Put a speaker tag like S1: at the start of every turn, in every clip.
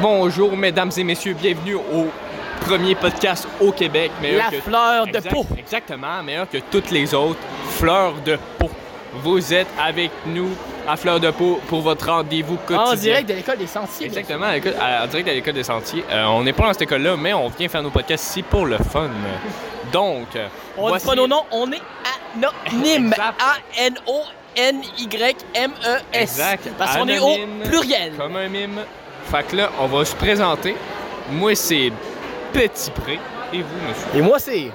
S1: Bonjour, mesdames et messieurs, bienvenue au premier podcast au Québec.
S2: La
S1: que-
S2: fleur de
S1: Exact-
S2: peau.
S1: Exactement, meilleur que toutes les autres fleurs de peau. Vous êtes avec nous à Fleur de peau pour votre rendez-vous quotidien.
S2: En direct de l'école des sentiers. bien
S1: Exactement, à l'école- à- en direct à l'école des sentiers. Euh, on n'est pas dans cette école-là, mais on vient faire nos podcasts ici pour le fun. Donc, euh,
S2: sûr. On
S1: voici-
S2: dit pas nos noms, on est anonyme.
S1: Exact.
S2: A-N-O-N-Y-M-E-S.
S1: Exact.
S2: E Parce qu'on est au
S1: Anonyme.
S2: pluriel.
S1: Comme un mime. Fait que là, on va se présenter. Moi, c'est Petit Pré. Et vous, monsieur?
S2: Et moi, c'est.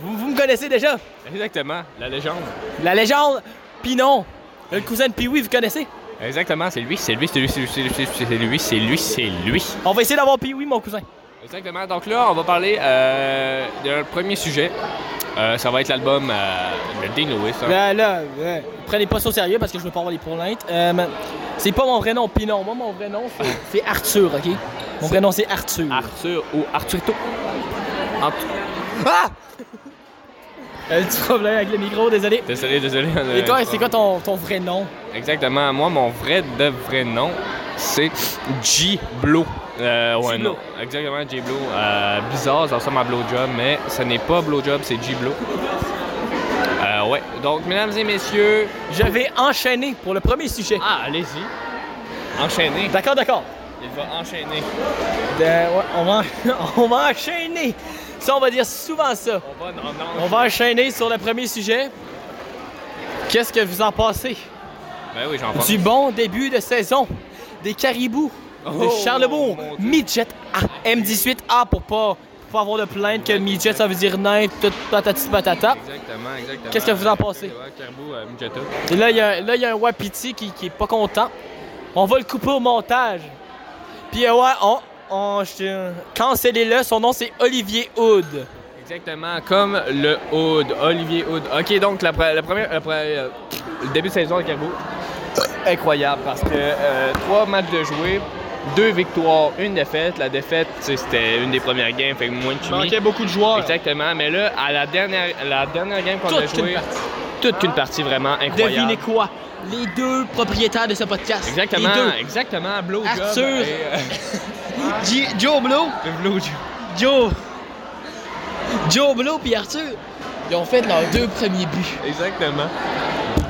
S2: Vous, vous me connaissez déjà?
S1: Exactement, la légende.
S2: La légende Pinon. Le cousin de Pee-Wee, vous connaissez?
S1: Exactement, c'est lui, c'est lui, c'est lui, c'est lui, c'est lui, c'est lui, c'est lui, c'est lui, c'est lui.
S2: On va essayer d'avoir Pee-Wee, mon cousin.
S1: Exactement. Donc là, on va parler euh, d'un premier sujet. Euh, ça va être l'album euh, de Dean Lewis. hein.
S2: Là, Ben là, là, prenez pas ça au sérieux parce que je veux pas avoir les plaintes. Euh, mais c'est pas mon vrai nom, Pinon. Moi, mon vrai nom, c'est- c'est Arthur, ok? Mon vrai nom, c'est Arthur.
S1: Arthur ou Arturito. Art-
S2: Ah! Un petit problème avec le micro, désolé.
S1: Désolé, désolé. on a-
S2: Et toi, c'est quoi ton, ton vrai nom?
S1: Exactement. Moi, mon vrai de vrai nom, c'est G Blow. Euh, ouais,
S2: G.
S1: non. Exactement, G Blow. Euh, bizarre, ça ressemble à Blowjob, mais ce n'est pas Blowjob, c'est G Blow. Euh, ouais. Donc, mesdames et messieurs.
S2: Je vais enchaîner pour le premier sujet.
S1: Ah, allez-y. Enchaînez.
S2: D'accord, d'accord.
S1: Il va enchaîner.
S2: De- ouais, on, va, on va enchaîner. Ça, on va dire souvent ça.
S1: On va,
S2: On va enchaîner sur le premier sujet. Qu'est-ce que vous en pensez?
S1: Ben oui, j'en pense.
S2: Du bon début de saison des Caribous de
S1: Oh,
S2: Charlebourg.
S1: mon Dieu.
S2: Midget A. M18A pour pas, pour pas avoir de plainte que midget ça veut dire nain, tout patati patata.
S1: Exactement, exactement.
S2: Qu'est-ce que vous en pensez?
S1: Ouais, Caribou, euh, Muchetta.
S2: Et là, il y a, là, il y a un Wapiti qui, qui est pas content. On va le couper au montage. Puis, euh, ouais, on. on je- Cancellez-le, son nom c'est Olivier Hood.
S1: Exactement, comme le Hood, Olivier Hood. Ok, donc la, pre- la première, la pre- euh, le début de saison de Caribou, incroyable parce que euh, trois matchs de jouer, deux victoires, une défaite. La défaite, tu sais, c'était une des premières games, fait que moins de chimie.
S2: beaucoup de joueurs.
S1: Exactement, mais là, à la dernière, la dernière game qu'on a
S2: Toute une
S1: joué,
S2: partie.
S1: toute une partie vraiment incroyable.
S2: Devinez quoi? Les deux propriétaires de ce podcast.
S1: Exactement,
S2: Les deux.
S1: exactement, Blow Job
S2: Arthur.
S1: et, euh,
S2: J- Joe Blow,
S1: Blow Job.
S2: Joe. Joe Blow puis Arthur. Ils ont fait leurs deux premiers buts.
S1: Exactement.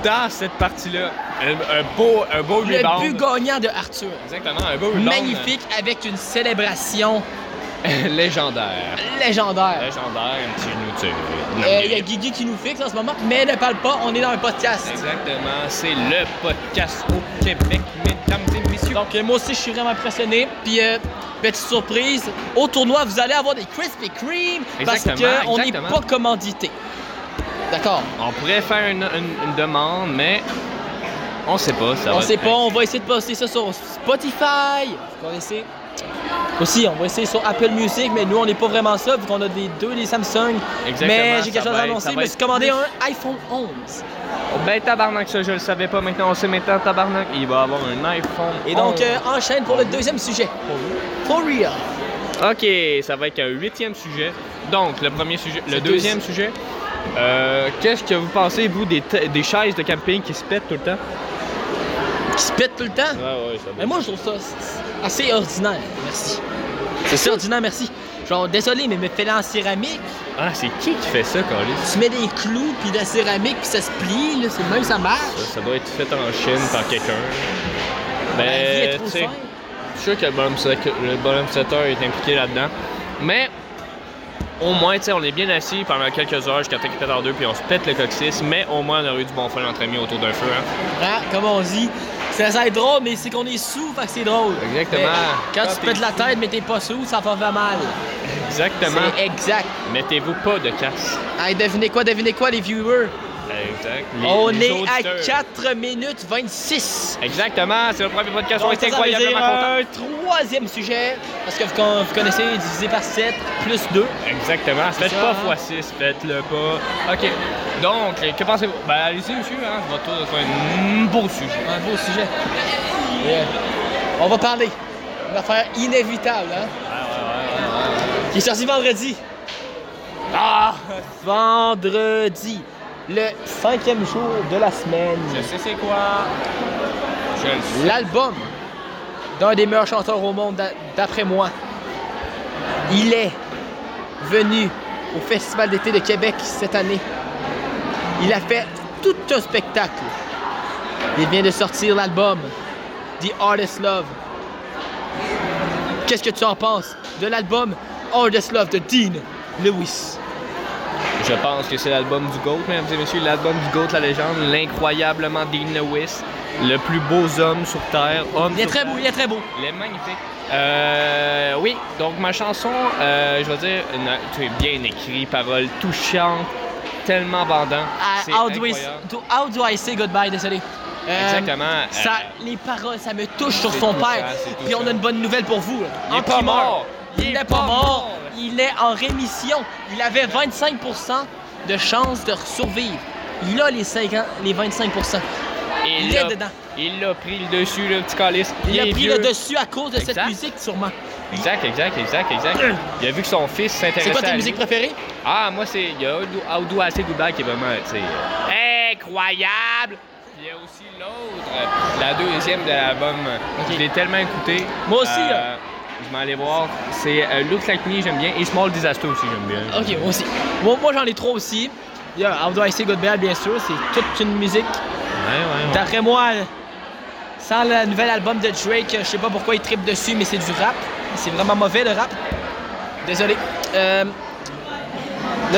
S1: Dans cette partie-là, un, un beau, un beau
S2: Le
S1: rebound.
S2: but gagnant de Arthur.
S1: Exactement, un beau rebound.
S2: Magnifique avec une célébration
S1: Légendaire.
S2: légendaire.
S1: Légendaire, un petit genou de
S2: Euh, Il y a Guigui qui nous fixe en ce moment, mais ne parle pas, on est dans un podcast.
S1: Exactement, c'est le podcast au Québec, mesdames et messieurs.
S2: Donc euh, moi aussi je suis vraiment impressionné. Puis euh, petite surprise, au tournoi vous allez avoir des Krispy Kreme parce
S1: Exactement,
S2: qu'on n'est
S1: exactement.
S2: pas commandité. D'accord.
S1: on pourrait faire une, une- une demande, mais on sait pas. Ça
S2: on
S1: va
S2: sait
S1: être-
S2: pas, on va essayer de poster ça sur Spotify. Vous connaissez. Aussi, on va essayer sur Apple Music, mais nous on n'est pas vraiment ça vu qu'on a des deux des Samsung.
S1: Exactement,
S2: Mais
S1: ça
S2: j'ai quelque chose
S1: va
S2: à
S1: être-
S2: annoncer,
S1: ça
S2: je
S1: va
S2: me
S1: être
S2: suis commandé
S1: plus-
S2: un iPhone 11.
S1: Ben tabarnak, ça je le savais pas, maintenant on sait maintenant tabarnak. Il va avoir un iPhone.
S2: Et donc
S1: 11.
S2: euh, enchaîne pour le
S1: Oh.
S2: deuxième sujet. For real.
S1: Ok, ça va être un huitième sujet. Donc, le premier sujet, le
S2: C'est
S1: deuxième sujet. euh, Qu'est-ce que vous pensez, vous, des, te- des chaises de camping qui se pètent tout le temps?
S2: Qui se pète tout le temps.
S1: Ah Ouais, ouais, ça
S2: Mais moi, je trouve ça c- assez ordinaire. Merci. C'est ça, ordinaire, merci. Genre, désolé, mais me fais en céramique.
S1: Ah, c'est qui qui fait ça, Carlis?
S2: Tu mets des clous, puis de la céramique, puis ça se plie, là, c'est le même, ça
S1: Ça,
S2: marche.
S1: ça doit être fait en Chine par quelqu'un. Mais,
S2: la vie est trop
S1: Ben, Euh, tu sais,
S2: simple.
S1: je suis sûr que le bonhomme, set- le bonhomme setter est impliqué là-dedans. Mais, au moins, tu sais, on est bien assis pendant quelques heures jusqu'à temps qu'il pète en deux, puis on se pète le coccyx. Mais au moins, on aurait eu du bon fun entre amis autour d'un feu, hein.
S2: Hein, comme on dit, ça, ça est drôle, mais c'est qu'on est sous, fait que c'est drôle.
S1: Exactement.
S2: Mais quand
S1: Quand
S2: tu te pètes
S1: t'es
S2: la tête, mais t'es pas sous, ça va faire mal.
S1: Exactement.
S2: C'est exact.
S1: Mettez-vous pas de casse.
S2: Hey, devinez quoi, devinez quoi, les viewers?
S1: Exact.
S2: on est à 4 minutes 26.
S1: Exactement, c'est le premier podcast. on
S2: Donc,
S1: est
S2: ça, ça veut dire
S1: incroyablement contents.
S2: un troisième sujet, parce que vous, con- vous connaissez, divisé par 7, plus 2.
S1: Exactement. Faites
S2: ça,
S1: pas
S2: hein.
S1: x6, faites-le pas. Ok. Donc, euh, que pensez-vous Ben, allez-y, monsieur, hein. Ça va tout faire un beau sujet.
S2: Un beau sujet. Yeah. On va parler d'une affaire inévitable, hein? Qui est sorti vendredi.
S1: Ah
S2: Vendredi. Le cinquième jour de la semaine.
S1: Je sais c'est quoi. Je le sais.
S2: L'album d'un des meilleurs chanteurs au monde, d'a- d'après moi. Il est venu au Festival d'été de Québec cette année. Il a fait tout un spectacle. Il vient de sortir l'album The Artist Love. Qu'est-ce que tu en penses de l'album Artist Love de Dean Lewis?
S1: Je pense que c'est l'album du GOAT, mesdames et messieurs, l'album du GOAT, la légende, l'incroyablement Dean Lewis, le plus beau homme sur Terre, homme
S2: Il est
S1: sur
S2: très
S1: Terre.
S2: beau, il est très beau.
S1: Il est magnifique. Euh, oui, donc ma chanson, euh, je veux dire, une- tu es bien écrit, paroles touchantes, tellement vendant.
S2: Ah,
S1: c'est
S2: how, do I,
S1: incroyable.
S2: to- how do I say goodbye, désolé. Euh,
S1: Exactement. euh,
S2: ça, les paroles, ça me touche sur
S1: c'est
S2: son
S1: touchant,
S2: père.
S1: c'est
S2: Puis on a
S1: touchant.
S2: une bonne nouvelle pour vous. là.
S1: Il est
S2: En
S1: pas
S2: primeur,
S1: mort.
S2: Il n'est pas mort. Il est en rémission. Il avait 25% de chance de survivre. Il a les, 50 les 25%.
S1: Et
S2: Il
S1: là,
S2: est dedans.
S1: Il l'a pris le dessus, le petit calice.
S2: Il, a
S1: est
S2: pris
S1: vieux.
S2: le dessus à cause de cette
S1: Exact.
S2: musique, sûrement.
S1: Exact, exact, exact, exact. Il a vu que son fils s'intéressait
S2: C'est quoi
S1: à
S2: tes
S1: lui.
S2: musiques préférées?
S1: Ah, moi, c'est. Il y a Audou- Audou Assez Goodbye qui est vraiment, tu sais, euh, incroyable. Puis Il y a aussi l'autre, euh, la deuxième de l'album.
S2: Ok.
S1: Je l'ai tellement écouté.
S2: Moi aussi, hein.
S1: Euh,
S2: là.
S1: Je vais aller voir. C'est euh, Look Like Me, j'aime bien. Et Small Disaster aussi, j'aime bien.
S2: Ok, moi aussi. Moi, moi, j'en ai trois aussi. Il y a How Do I Say Goodbye, bien sûr. C'est toute une musique.
S1: Ouais, ouais, ouais.
S2: D'après moi, sans le nouvel album de Drake, je sais pas pourquoi il tripe dessus, mais c'est du rap. C'est vraiment mauvais le rap. Désolé. Euh, là,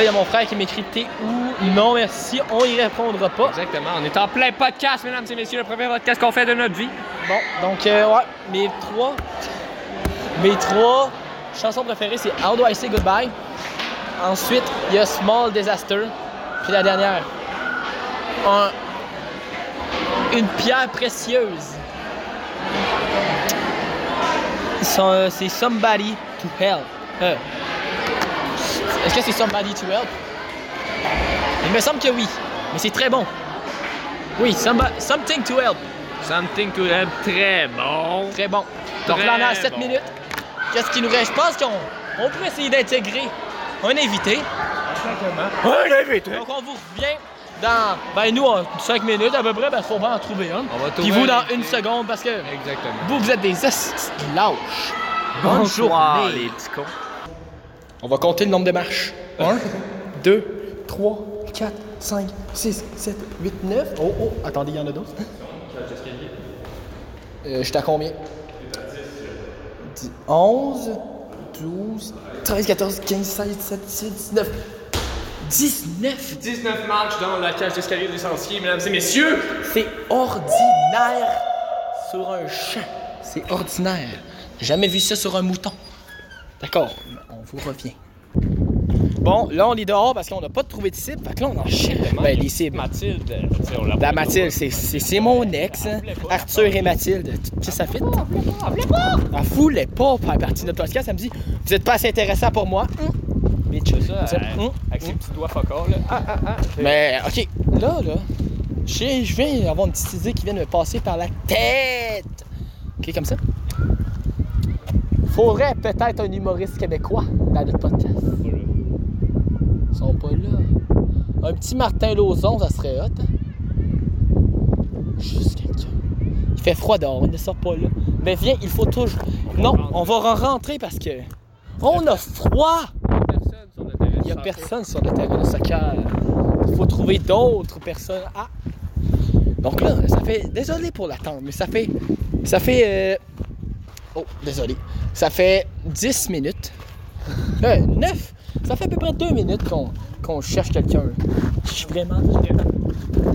S2: il y a mon frère qui m'écrit T'es où Non, merci, on y répondra pas.
S1: Exactement. On est en plein podcast, mesdames et messieurs. Le premier podcast qu'on fait de notre vie.
S2: Bon, donc, euh, ouais, mes trois. Mes trois chansons préférées, c'est How Do I Say Goodbye. Ensuite, il y a Small Disaster. Puis la dernière, un- Une pierre précieuse. Son- euh, C'est Somebody to Help. Euh, Est-ce que c'est Somebody to Help? Il me semble que oui, mais c'est très bon. Oui, someba- Something to Help.
S1: Something to have très bon.
S2: Très bon. Donc là, on est à
S1: Très
S2: 7
S1: bon.
S2: minutes. Qu'est-ce qui nous reste? Je pense qu'on on pourrait essayer d'intégrer un invité.
S1: Ouais, j'ai vu, toi.
S2: Donc on vous revient dans, ben nous, 5 minutes à peu près, parce qu'on va en trouver un.
S1: On va
S2: Puis
S1: trouver
S2: vous,
S1: un
S2: dans
S1: invité.
S2: une seconde, parce que
S1: Exactement.
S2: vous, vous êtes des astuces lâches. Bonne
S1: Bonsoir,
S2: journée.
S1: les petits cons.
S2: On va compter le nombre de marches. 1, 2, 3, 4, 5, 6, 7, 8, 9. Oh, oh, attendez, il y en a d'autres. Euh, J'étais à combien 10, 11, 12, 13, 14, 15, 16, 17, 18, 19. 19
S1: 19 marches dans la cage d'escalier des sentiers, mesdames et messieurs.
S2: C'est ordinaire sur un champ. C'est ordinaire. Jamais vu ça sur un mouton. D'accord, on vous revient. Bon, là on est dehors parce qu'on n'a pas trouvé de cible. Fait que là on en cherche. Ben, des cibles.
S1: Mathilde. tu sais, on l'a
S2: La
S1: pas-
S2: Mathilde, c'est- c'est c'est mon ex. hein. Arthur et Mathilde. Qu'est-ce que ça fait? Elle voulait pas faire partie de notre podcast. Elle me dit Vous êtes pas assez intéressant pour moi. Hum. Bitch.
S1: Ça,
S2: Elle me dit,
S1: euh,
S2: Hum.
S1: avec ses petits doigts focaux, là. Ah, ah, ah.
S2: Mais ok, là, là, je sais- je viens avoir une petite idée qui vient de me passer par la tête. Ok, comme ça. Faudrait peut-être un humoriste québécois dans notre podcast. Ils sont pas là. Un petit Martin Lauzon, ça serait hot. hein? Juste quelqu'un. Il fait froid dehors, on ne sort pas là. Mais viens, il faut toujours. Non, on va re- rentrer parce que. On a froid!
S1: Personne sur le terrain.
S2: Il n'y a personne sur le terrain de soccer. Il faut trouver d'autres personnes. Ah! Donc là, ça fait. Désolé pour l'attente, mais ça fait. Ça fait. euh, Oh, désolé. Ça fait 10 minutes. Euh, 9! Ça fait à peu près 2 minutes qu'on qu'on cherche quelqu'un. Je suis vraiment, vraiment.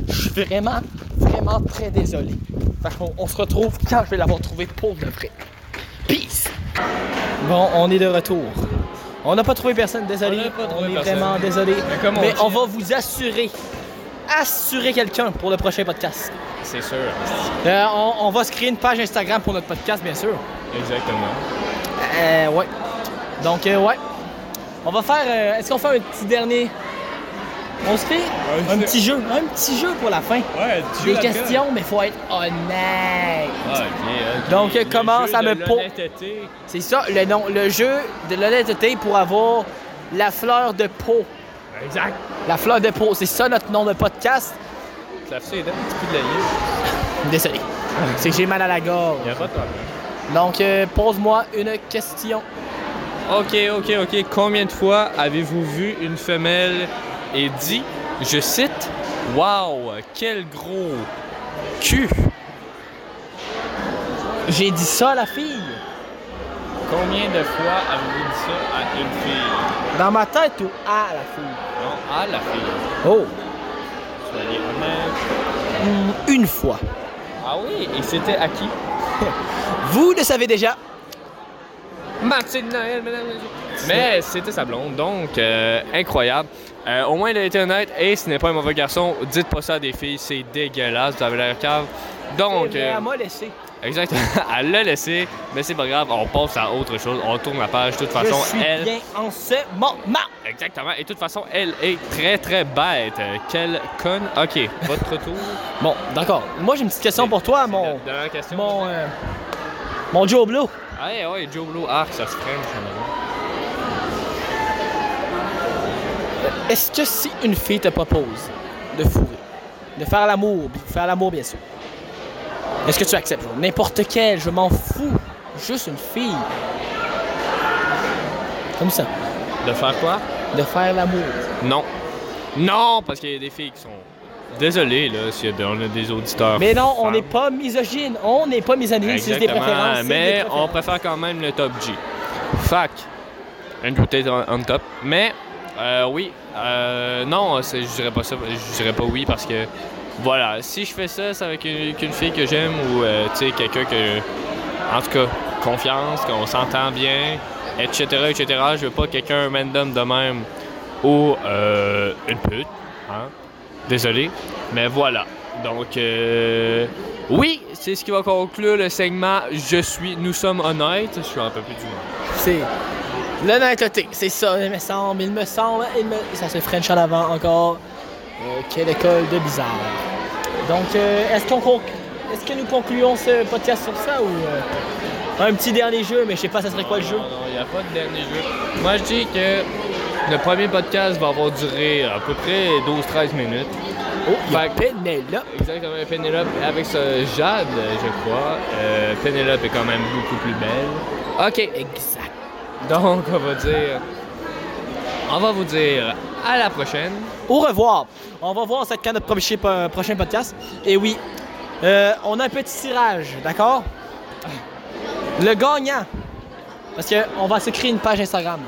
S2: Je suis vraiment, vraiment très désolé. Fait qu'on on se retrouve quand je vais l'avoir trouvé pour de vrai. Peace! Bon, on est de retour. On n'a pas trouvé personne, désolé.
S1: On n'a pas trouvé
S2: est
S1: personne.
S2: vraiment désolé.
S1: Mais comme on
S2: Mais
S1: dit-
S2: on va vous assurer, assurer quelqu'un pour le prochain podcast.
S1: C'est sûr.
S2: Euh, on, on va se créer une page Instagram pour notre podcast, bien sûr.
S1: Exactement.
S2: Euh, ouais. Donc, euh, ouais. On va faire. euh, Est-ce qu'on fait un petit dernier. On se fait un petit jeu. Un petit jeu pour la fin.
S1: Ouais,
S2: Des questions, mais faut être honnête.
S1: Ah,
S2: Donc,
S1: elle
S2: commence à me po-
S1: l'honnêteté.
S2: C'est ça, le nom. Le jeu de l'honnêteté pour avoir la fleur de peau.
S1: Exact.
S2: La fleur de peau, c'est ça notre nom de podcast.
S1: Ça fait un petit peu de la liste.
S2: Désolé. C'est que j'ai mal à la gorge.
S1: Il a pas de problème.
S2: Donc, euh, pose-moi une question.
S1: Ok, ok, ok. Combien de fois avez-vous vu une femelle et dit, je cite, Wow, quel gros cul
S2: J'ai dit ça à la fille.
S1: Combien de fois avez-vous dit ça à une fille
S2: Dans ma tête ou à la fille?
S1: Non, à la fille.
S2: Oh.
S1: Tu vas dire, mais-
S2: Mm, Une fois.
S1: Ah oui, et c'était à qui
S2: Vous le savez déjà.
S1: Martine Noël, mesdames et messieurs. Mais c'était sa blonde, donc euh, incroyable. Euh, au moins, il a été honnête et ce n'est pas un mauvais garçon. Dites pas ça à des filles, c'est dégueulasse, vous avez l'air cave. Donc,
S2: Mais
S1: euh,
S2: Eh Elle m'a laissé.
S1: exactement, elle l'a laissé, mais c'est pas grave, on passe à autre chose, on tourne la page. De toute
S2: Je
S1: façon,
S2: suis
S1: elle.
S2: bien en ce moment.
S1: Exactement, et de toute façon, elle est très très bête. Euh, Quelle conne. Ok, votre tour.
S2: Bon, d'accord. Moi, j'ai une petite question pour toi, mon...
S1: De- Dernière question.
S2: Mon... euh, mon Joe Blue.
S1: Ah, ouais, ouais, Joe Blow, arc, ça se freine, ça me-
S2: Est-ce que si une fille te propose de fourrer, de faire l'amour, bi- faire l'amour bien sûr, est-ce que tu acceptes genre, N'importe quelle, je m'en fous, juste une fille. Comme ça,
S1: De faire quoi?
S2: de faire l'amour.
S1: Non. Non, parce qu'il y a des filles qui sont. Désolé, là, si on a des auditeurs.
S2: Mais non, on n'est
S1: femmes.
S2: pas misogyne, on n'est pas misogyne, c'est juste des préférences.
S1: Exactement,
S2: c'est des
S1: mais on
S2: préférences.
S1: préfère quand même le top G. Fac. Andrew Tate on, on top. Mais, euh, oui, euh, non, c'est- je dirais pas ça, je dirais pas oui parce que, voilà, si je fais ça, c'est avec une, qu'une fille que j'aime ou, euh, tu sais, quelqu'un que, en tout cas, confiance, qu'on s'entend bien, etc., etc. Je veux pas quelqu'un random de même ou euh, une pute, hein. Désolé, mais voilà. Donc, euh, oui, c'est ce qui va conclure le segment Je suis, nous sommes honnêtes. Je suis un peu plus du monde.
S2: C'est l'honnêteté, c'est ça, il me semble, il me semble, hein, il me... ça se French en avant encore. Euh, quelle école de bizarre. Donc, euh, est-ce qu'on conc- est-ce que nous concluons ce podcast sur ça ou euh, un petit dernier jeu, mais je sais pas, ça serait quoi le jeu
S1: Non, non, il n'y a pas de dernier jeu. Moi, je dis que le premier podcast va avoir duré à peu près 12-13 minutes.
S2: Oh, il y a
S1: Fait-
S2: Penelope.
S1: Exactement, Penelope avec ce Jade, je crois. euh, Penelope est quand même beaucoup plus belle. OK,
S2: Exact.
S1: donc on va dire. On va vous dire à la prochaine.
S2: Au revoir. On va voir ça quand notre prochain, euh, prochain podcast. Et oui, euh, on a un petit tirage, d'accord Le gagnant. Parce qu'on va se créer une page Instagram.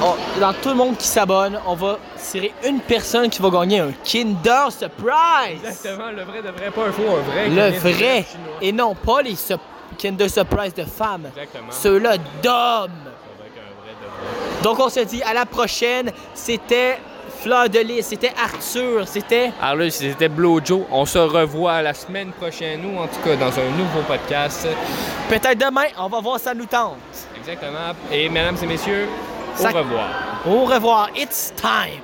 S2: On- dans tout le monde qui s'abonne, on va tirer une personne qui va gagner un Kinder Surprise.
S1: Exactement, le vrai de vrai, pas un faux, un vrai.
S2: Le
S1: Kinder
S2: vrai.
S1: chinois.
S2: Et non, pas les sup- Kinder Surprise de femmes.
S1: Exactement.
S2: Ceux-là d'hommes.
S1: Avec un vrai de vrai.
S2: Donc on se dit à la prochaine. C'était Fleur de Lys, c'était Arthur, c'était
S1: Alors là, c'était Blojo. On se revoit la semaine prochaine ou en tout cas dans un nouveau podcast.
S2: peut-être demain. On va voir ça nous tente.
S1: Exactement. Et mesdames et messieurs,
S2: Ça-
S1: au revoir.
S2: Au revoir. It's time.